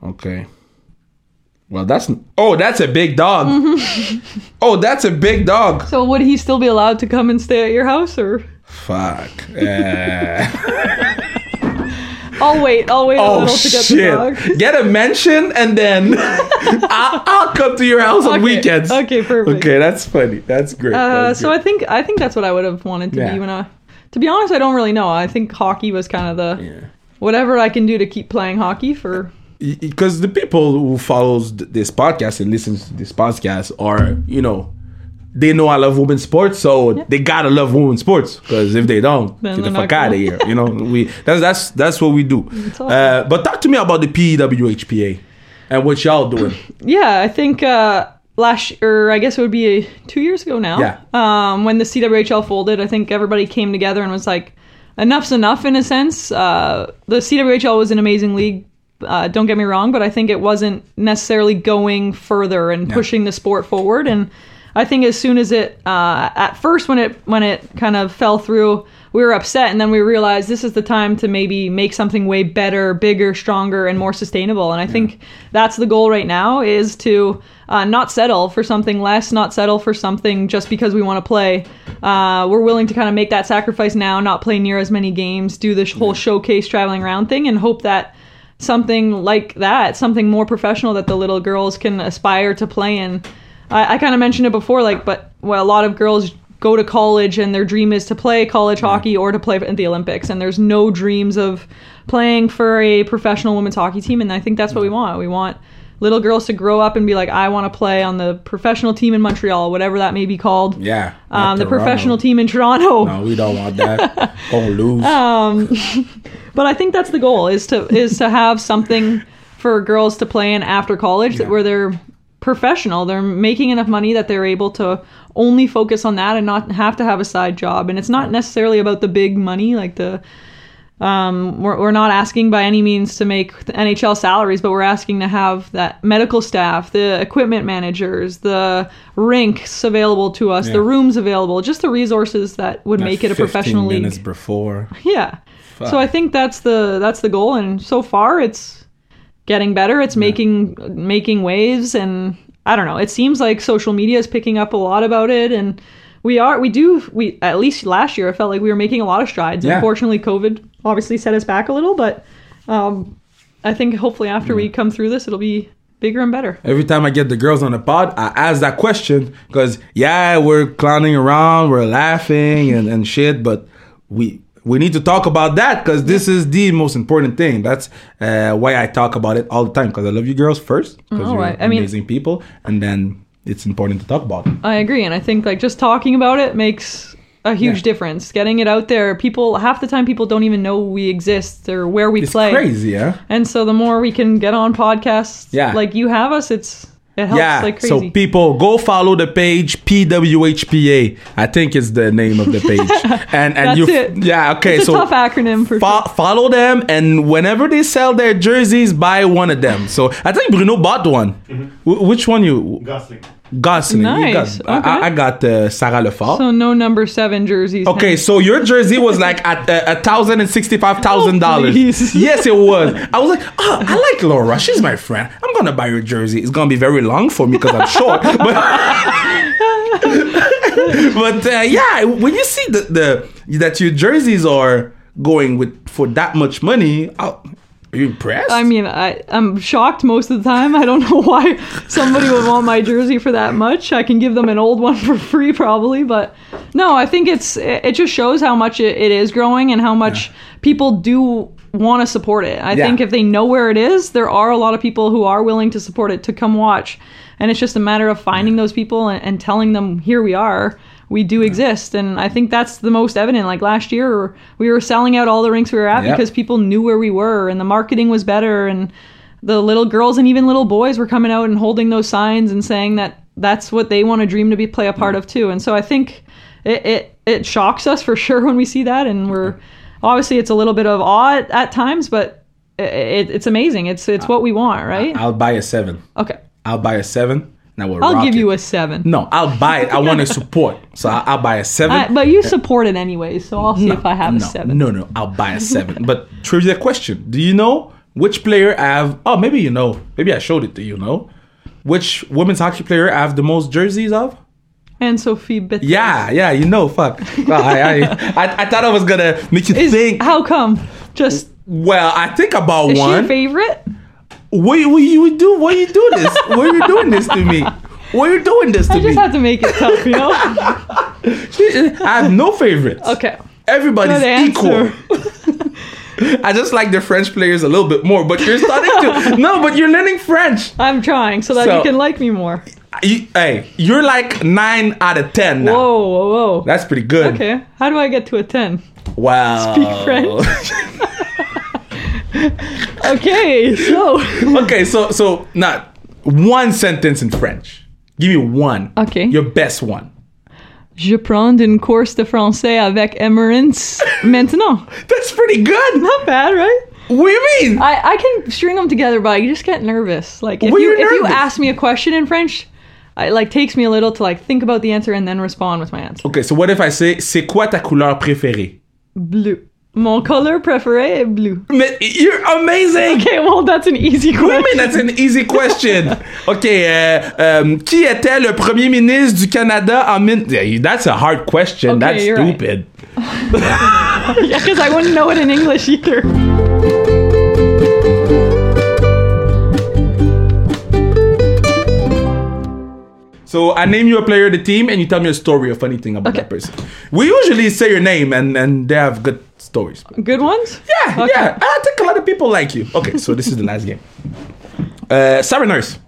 Okay. Well, that's oh, that's a big dog. Mm-hmm. oh, that's a big dog. So would he still be allowed to come and stay at your house or Fuck. Eh. I'll wait, I'll wait a oh little to get the dog. shit! Get a mention, and then I, I'll come to your house on Okay, weekends. okay, perfect. Okay, that's funny. That's great. Uh, That's so great. I think I think that's what I would have wanted to Yeah. be when I to be honest, I don't really know. I think hockey was kind of the Yeah. whatever I can do to keep playing hockey for because the people who follows th- this podcast and listens to this podcast are you know they know I love women's sports, so they gotta love women's sports. Because if they don't, Then get the they're not fuck out of gonna- here. You know, we that's that's that's what we do. all. Uh, but talk to me about the PEWHPA and what y'all doing. Yeah, I think uh, last or I guess it would be two years ago now. Yeah. Um, when the CWHL folded, I think everybody came together and was like, "Enough's enough." In a sense, uh, the CWHL was an amazing league. Uh, don't get me wrong, but I think it wasn't necessarily going further and pushing the sport forward. And I think as soon as it, uh, at first when it when it kind of fell through, we were upset, and then we realized this is the time to maybe make something way better, bigger, stronger, and more sustainable. And I think that's the goal right now is to uh, not settle for something less, not settle for something just because we want to play. Uh, we're willing to kind of make that sacrifice now, not play near as many games, do this whole showcase traveling around thing, and hope that something like that, something more professional that the little girls can aspire to play in. I, I kind of mentioned it before, like, but well, a lot of girls go to college and their dream is to play college hockey or to play at the Olympics, and there's no dreams of playing for a professional women's hockey team, and I think that's what we want. We want little girls to grow up and be like, I want to play on the professional team in Montreal, whatever that may be called. Yeah, Um, the Toronto. professional team in Toronto. No, we don't want that. Gonna lose. Oh, but I think that's the goal is to is to have something for girls to play in after college that where they're professional, they're making enough money that they're able to only focus on that and not have to have a side job. And it's not necessarily about the big money, like the um, we're, we're not asking by any means to make the NHL salaries, but we're asking to have that medical staff, the equipment managers, the rinks available to us, the rooms available, just the resources that would make it a 15 professional league. minutes before. Yeah. So I think that's the that's the goal, and so far it's getting better. It's making making waves, and I don't know. It seems like social media is picking up a lot about it, and we are we do we at least last year I felt like we were making a lot of strides. Yeah. Unfortunately, COVID obviously set us back a little, but um, I think hopefully after we come through this, it'll be bigger and better. Every time I get the girls on the pod, I ask that question because yeah, we're clowning around, we're laughing and, and shit, but we we need to talk about that because this is the most important thing. That's uh, why I talk about it all the time because I love you girls first because Oh, you're I- I mean- amazing people, and then it's important to talk about. It. I agree, and I think like just talking about it makes a huge Yeah. difference. Getting it out there, people half the time people don't even know we exist or where we It's play. crazy, yeah. And so the more we can get on podcasts, Yeah. like you have us, it's it helps yeah, like crazy. so people go follow the page PWHPA. I think it's the name of the page. and and That's you it. yeah, okay, it's a so tough acronym for Fo- follow them, and whenever they sell their jerseys, buy one of them. So I think Bruno bought one. Wh- which one you? Gosling. Gosling. You Nice, got- I- okay. I, I got uh, Sarah Lefort. sure. So no number seven jerseys. now. Okay, so your jersey was like at uh, a thousand and sixty-five thousand Oh, dollars. please. Yes, it was. I was like, oh, I like Laura. She's my friend. I'm gonna buy your jersey. It's gonna be very long for me because I'm short. But but uh, yeah, when you see the, the that your jerseys are going with for that much money, i are you impressed? I mean, I, I'm shocked most of the time. I don't know why somebody would want my jersey for that much. I can give them an old one for free, probably. But no, I think it's it it just shows how much it, it is growing and how much people do want to support it. I Yeah. think if they know where it is, there are a lot of people who are willing to support it to come watch. And it's just a matter of finding those people and, and telling them, here we are. We do exist, and I think that's the most evident. Like last year, we were selling out all the rinks we were at Yep. because people knew where we were and the marketing was better and the little girls and even little boys were coming out and holding those signs and saying that that's what they want a dream to be play a part of too and so i think it, it it shocks us for sure when we see that, and we're obviously it's a little bit of awe at, at times, but i it, it's amazing. It's it's what we want, right? Uh, I'll buy a seven. Okay, I'll buy a seven. Now we'll I'll rock give it. you a seven. No, I'll buy it. I want to support. So I- I'll buy a seven. I- but you support it anyway, so I'll see if I have no, a seven. No, no, I'll buy a seven. but trivia question: Do you know which player I have? Oh, maybe you know. Maybe I showed it to you. Know which women's hockey player I have the most jerseys of? And Sophie Bethel. Yeah, yeah, you know. Fuck. Well, I, I, I, I thought I was gonna make you Is- think. how come? Just well, I think about is she your one. favorite? What you, what you do? What you do this? Why you doing this to me? Why you doing this to I me? just have to make it tough, you know. I have no favorites. Okay. Everybody's Good answer. equal. I just like the French players a little bit more, but you're starting to no, but you're learning French. I'm trying so that So- you can like me more. You, hey, you're like nine out of ten now. Whoa, whoa, whoa. That's pretty good. okay. How do I get to a ten? Wow. Speak French. Okay, so okay, so so not one sentence in French. Give me one. Okay. Your best one. je prends une course de français avec Emerence maintenant. That's pretty good. Not bad, right? What do you mean? I, I can string them together, but I just get nervous. Like if Well, you you're if you nervous. ask me a question in French, it like takes me a little to like think about the answer and then respond with my answer. okay, so what if I say c'est quoi ta couleur préférée? Blue. Mon color préféré est bleu. Mais you're amazing. Okay, well that's an easy I question. mean, that's an easy question. Okay, euh, euh, qui était le premier ministre du Canada en... min- Yeah, That's a hard question. Okay, that's you're right. stupid. because I wouldn't know it in English either. So I name you a player of the team, and you tell me a story, a funny thing about Okay. that person. We usually say your name, and, and they have good stories. Good ones? Yeah, Okay. yeah. I think a lot of people like you. Okay, so this is the last game. Uh, Sarah Nurse.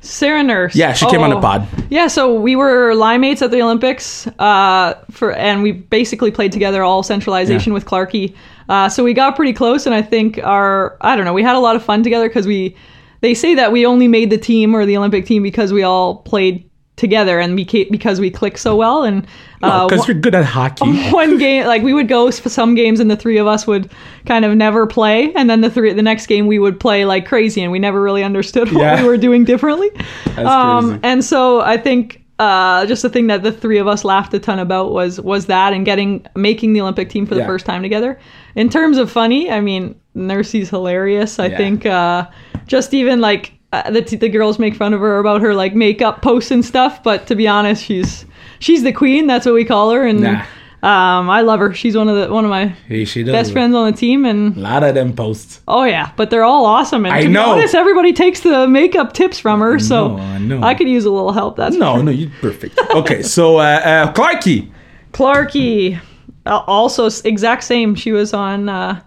Sarah Nurse. Oh. Yeah, she came on the pod. Yeah, so we were line mates at the Olympics, uh, for and we basically played together all centralization Yeah. with Clarky. Uh, so we got pretty close, and I think our I don't know we had a lot of fun together because we they say that we only made the team or the Olympic team because we all played together and beca- because we clicked so well and uh, Because one- you're good at hockey. one game like we would go for some games and the three of us would kind of never play and then the three the next game we would play like crazy and we never really understood what Yeah. we were doing differently Um, That's crazy. and so i think uh, just the thing that the three of us laughed a ton about was was that and getting making the olympic team for the Yeah. first time together in terms of funny i mean nursey's hilarious i Yeah. think uh, just even like uh, the, t- the girls make fun of her about her like makeup posts and stuff but to be honest she's she's the queen that's what we call her and Nah. um, I love her. She's one of the one of my Hey, she does. best friends on the team, A and lot of them posts. oh yeah, but they're all awesome. And I to be know. honest, everybody takes the makeup tips from her, so know, I know. could use a little help. That's No, no, you're perfect. Okay, so uh, uh, Clarky. Clarky, uh, also s- exact same. She was on. Uh,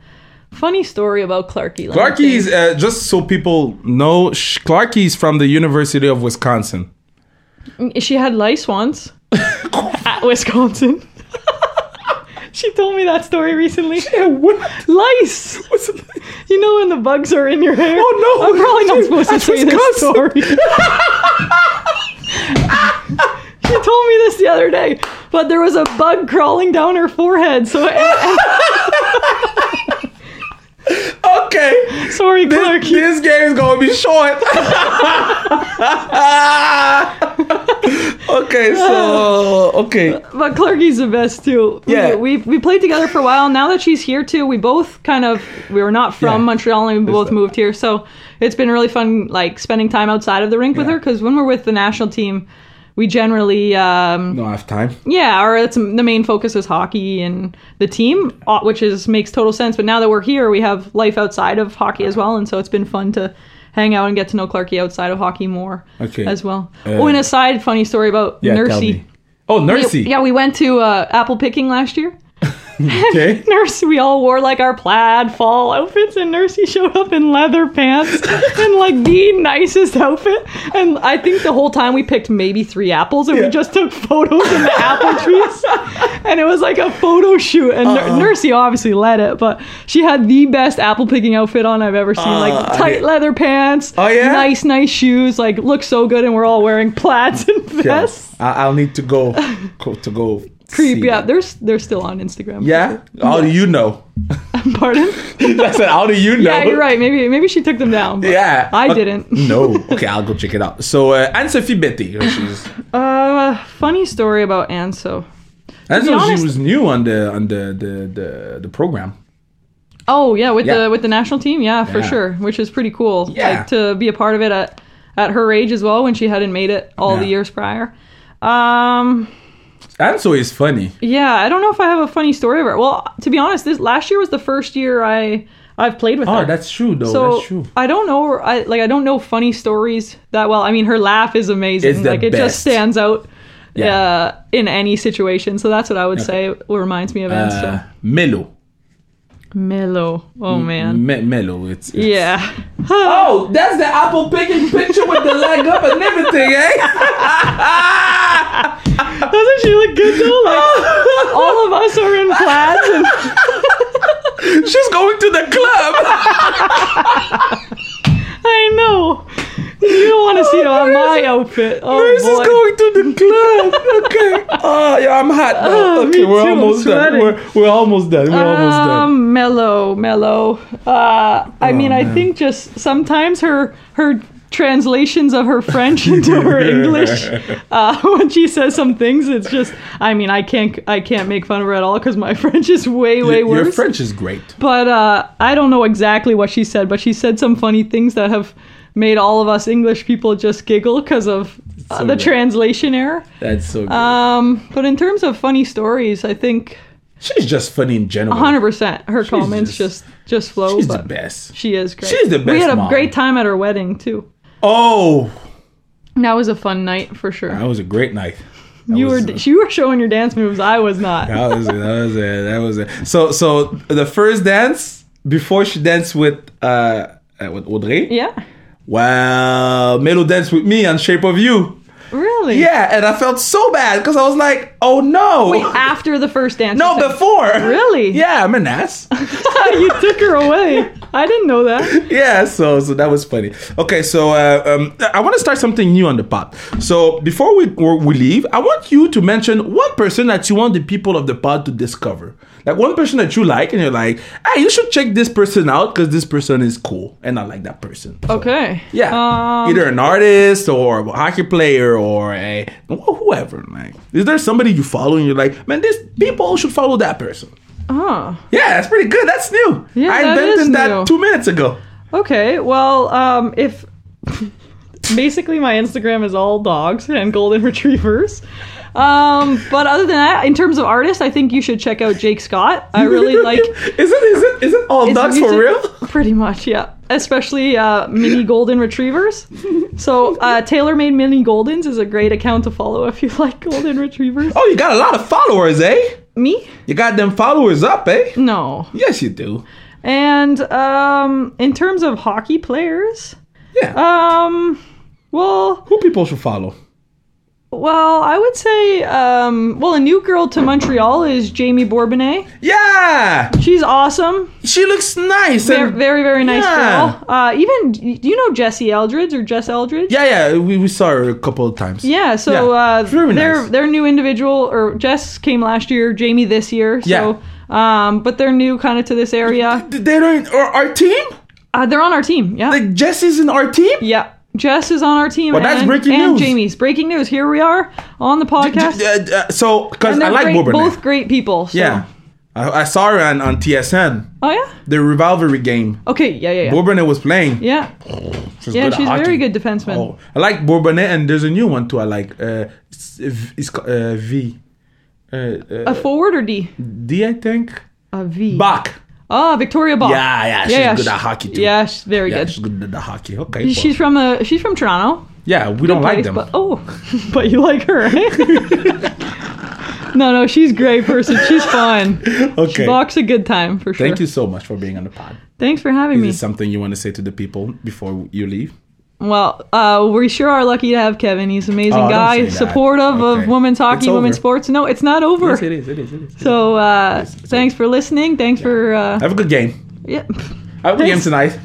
funny story about Clarky. Let me Clarky think. is uh, just so people know. Sh- Clarky is from the University of Wisconsin. Mm, She had lice once at Wisconsin. she told me that story recently. what? Lice. What's it like? You know when the bugs are in your hair? Oh, no. I'm probably not supposed to That's say this Wisconsin. story. she told me this the other day, but there was a bug crawling down her forehead. So, Okay, sorry, Clark. this, this game's gonna be short. okay, so okay, But Clarky's the best too. We- Yeah. we, we played together for a while. Now that she's here too, we both kind of we were not from Yeah. Montreal and we both that. moved here, so it's been really fun like spending time outside of the rink with Yeah. her because when we're with the national team, we generally um, no, I have time. yeah, or that's the main focus is hockey and the team, uh, which is makes total sense. But now that we're here, we have life outside of hockey as well, and so it's been fun to hang out and get to know Clarky outside of hockey more Okay. as well. Uh, oh, and a side funny story about Yeah, tell Nursey. me. Oh, Nursey. Yeah, we went to uh, apple picking last year. Okay. Nurse, we all wore like our plaid fall outfits, and Nursey showed up in leather pants and like the nicest outfit. And I think the whole time we picked maybe three apples, and Yeah. we just took photos in the apple trees, and it was like a photo shoot. And Nur- Uh-huh. Nursey obviously led it, but she had the best apple picking outfit on I've ever seen. Uh, like I- tight leather pants, Oh, yeah? nice nice shoes, like looked so good, and we're all wearing plaids and Okay. vests. I- I'll need to go, go to go creep. see Yeah, that. they're s- they're still on Instagram. Yeah? How do you know? Pardon? I said, how do you know? Yeah, you're right. Maybe maybe she took them down. but Yeah. I Uh, didn't. no. Okay, I'll go check it out. So, uh, Anne Sophie Betty. uh, She's, Uh, funny story about Anso. Anne be Sophie honest- was new on the on the the, the, the program. Oh yeah, with Yeah. the with the national team, yeah, for Yeah. sure, which is pretty cool. Yeah. like, to be a part of it at at her age as well, when she hadn't made it all the Yeah. years prior. Um, Anne Sophie is funny. yeah, I don't know if I have a funny story of her. Well, to be honest, this last year was the first year I I've played with her. Oh, that's true, though. so that's true. I don't know. her- I like I don't know funny stories that well. I mean, her laugh is amazing. It's the like it best. just stands out. Yeah. Uh, in any situation, so that's what I would say. It reminds me of Anso. Uh, Melo. Mellow. Oh man. Me- Melo. It's, it's- Yeah. Oh, that's the apple picking picture with the leg up and everything, eh? Doesn't she look good though? Like all of us are in plaids and She's going to the club. I know. You don't want to see her on my outfit. Oh This is boy. going to the club. Okay. Oh, yeah, I'm hot now. Oh, okay, me we're too, I'm almost done. sweating. We're, we're almost done. We're almost done. Oh, um, mellow, mellow. Uh, I mean, I man. think just sometimes her her translations of her French into her English uh, when she says some things, it's just. I mean, I can't I can't make fun of her at all because my French is way way Your- worse. Your French is great. But uh, I don't know exactly what she said, but she said some funny things that have made all of us English people just giggle because of uh, so the good. translation error. That's so good. Um, but in terms of funny stories, I think She's just funny in general. 100% her comments just- just just flow. She's the but best. She is great. She's the We best had a mom. great time at her wedding too. Oh, And That was a fun night for sure. that was a great night. That you was, were you were showing your dance moves. I was not. That was it. That was it. That was it. So, so the first dance before she danced with uh, uh with Audrey. Yeah, Wow, Melo danced with me on Shape of You. really. Yeah, and I felt so bad because I was like, oh no. Wait, after the first dance. no, you said- before. Really? Yeah, I'm an ass. you took her away. I didn't know that. yeah, so so that was funny. Okay, so uh, um, I want to start something new on the pod. So before we or we leave, I want you to mention one person that you want the people of the pod to discover. Like one person that you like, and you're like, hey, you should check this person out because this person is cool, and I like that person. So, Okay. Yeah, Um, either an artist or a hockey player or a wh- whoever. Like, is there somebody you follow and you're like, man, these people should follow that person? huh. Yeah, that's pretty good. That's new. Yeah, I that invented is that new. two minutes ago. Okay. Well, um, if basically my Instagram is all dogs and golden retrievers. Um, but other than that, in terms of artists, I think you should check out Jake Scott. I really like Is it? Is it? Is it all his dogs for music. real? Pretty much, yeah. Especially uh, mini golden retrievers. So uh, tailor-made mini goldens is a great account to follow if you like golden retrievers. Oh, you got a lot of followers, eh? Me? You got them followers up, eh? No. Yes, you do. And um, in terms of hockey players, Yeah. um, well, Who people should follow? well, I would say, um, well, a new girl to Montreal is Jamie Bourbonnais. Yeah, She's awesome, she looks nice. very, and- very, very nice Yeah. girl. Uh, even do you know Jesse Eldridge or Jess Eldridge? yeah, yeah. We, we saw her a couple of times. Yeah, so Yeah, Uh, very their nice. their new individual or Jess came last year, Jamie this year. Yeah. So, um, but they're new kind of to this area. Th- They don't. Or our team? Uh, they're on our team. Yeah. Like Jesse's in our team? Yeah. Jess is on our team. Well, that's and, breaking and news. Jamie's breaking news. Here we are on the podcast. Uh, uh, so, cause And I they're like great- Bourbon. both great people. so- Yeah. I, I saw her on, on TSN, Oh yeah. the rivalry game. Okay. Oh, Yeah. Yeah. Yeah. Bourbon was playing. yeah. She's Yeah. good at She's hockey. very good defenseman. Oh, I like Bourbonnais, and there's a new one too. I like uh, it's, it's ca- uh, V, uh, A uh, forward or D? D, I think. A V. Bach. Oh, Victoria Bach. Yeah, yeah, she's good at hockey, too. Yeah. She's very Yeah, good. she's good at the hockey. Okay. well, She's from the. She's from Toronto. yeah, we don't like place, them. But, oh, but you like her, right? no, no, she's a great person. She's fun. okay. Bach's a good time for sure. Thank you so much for being on the pod. Thanks for having Is me. there something you want to say to the people before you leave? Well, uh, we sure are lucky to have Kevin. He's an amazing Oh, don't say guy, that. supportive Okay. of women's It's hockey, over. women's sports. No, it's not over. Yes, it is. It is. It is. So uh, thanks for listening. Thanks for uh, Have a good game. yeah. Have a good game Thanks. tonight.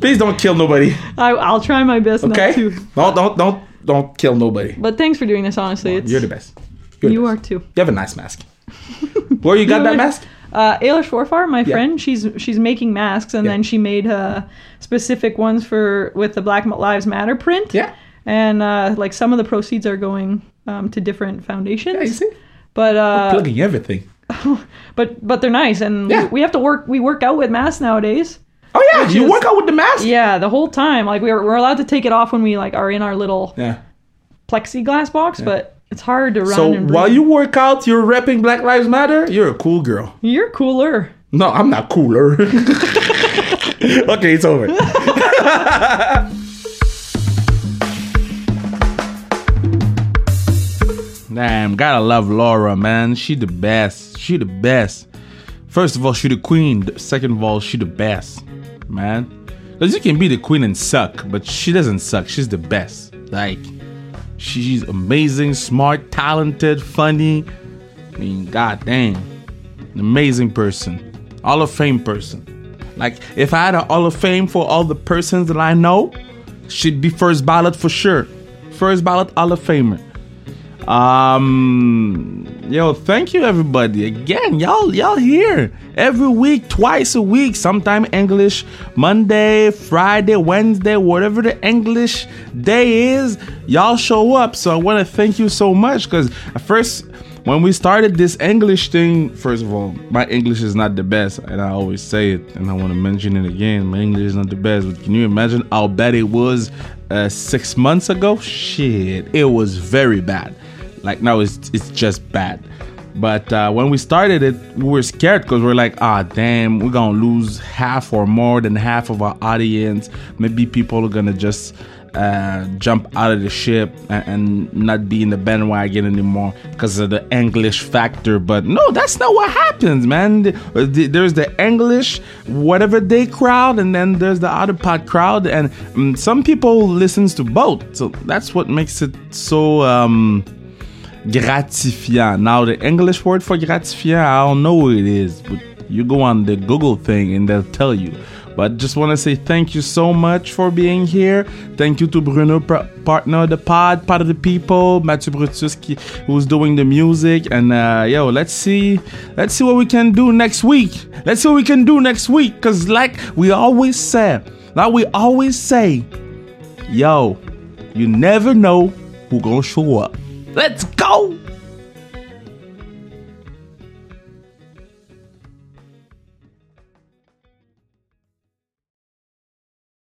Please don't kill nobody. I, I'll try my best Okay. not to. Don't don't don't don't kill nobody. But thanks for doing this. Honestly, it's You're the best. You're the You best. are too. You have a nice mask. Where you got that mask? Uh, Ayla Schwarfar, my Yeah. friend, she's she's making masks, and Yeah. then she made uh, specific ones for with the Black Lives Matter print. Yeah. and uh, like some of the proceeds are going um, to different foundations. Yeah, you see? But uh, Plugging everything. but but they're nice, and Yeah. we, we have to work. We work out with masks nowadays. Oh yeah, you is- work out with the mask. Yeah, the whole time. Like we're we're allowed to take it off when we like are in our little Yeah. plexiglass box, but it's hard to run. So and while breathe. you work out, you're repping Black Lives Matter. You're a cool girl. you're cooler. No, I'm not cooler. okay, it's over. Damn, gotta love Laura, man. She the best. She the best. First of all, she the queen. Second of all, she the best, man. Cause you can be the queen and suck, but she doesn't suck. She's the best. Like, she's amazing, smart, talented, funny. I mean, god dang an amazing person, Hall of Fame person. Like, if I had a Hall of Fame for all the persons that I know, she'd be first ballot for sure. First ballot Hall of Famer. Um, yo, thank you everybody again. Y'all, y'all here every week, twice a week. Sometime English, Monday, Friday, Wednesday, whatever the English day is. Y'all show up, so I want to thank you so much. Cause at first, when we started this English thing, first of all, my English is not the best, and I always say it, and I want to mention it again. My English is not the best, but can you imagine how bad it was uh, six months ago? Shit, it was very bad like now it's it's just bad but uh, when we started it we were scared because we're like ah damn we're gonna lose half or more than half of our audience maybe people are gonna just uh, jump out of the ship and, and not be in the bandwagon anymore because of the english factor but no that's not what happens man The- uh, the- there's the english whatever they crowd and then there's the other pod crowd and mm, some people listens to both so that's what makes it so um, gratifiant. Now, the English word for gratifiant, I don't know what it is, but you go on the Google thing and they'll tell you. But just want to say thank you so much for being here. Thank you to Bruno, par- partner of the pod, part of the people, Mathieu Brutus, qui, who's doing the music. And uh, yo, let's see, let's see what we can do next week. Let's see what we can do next week. Cause like we always said, like we always say, yo, you never know who gonna show up. Let's go!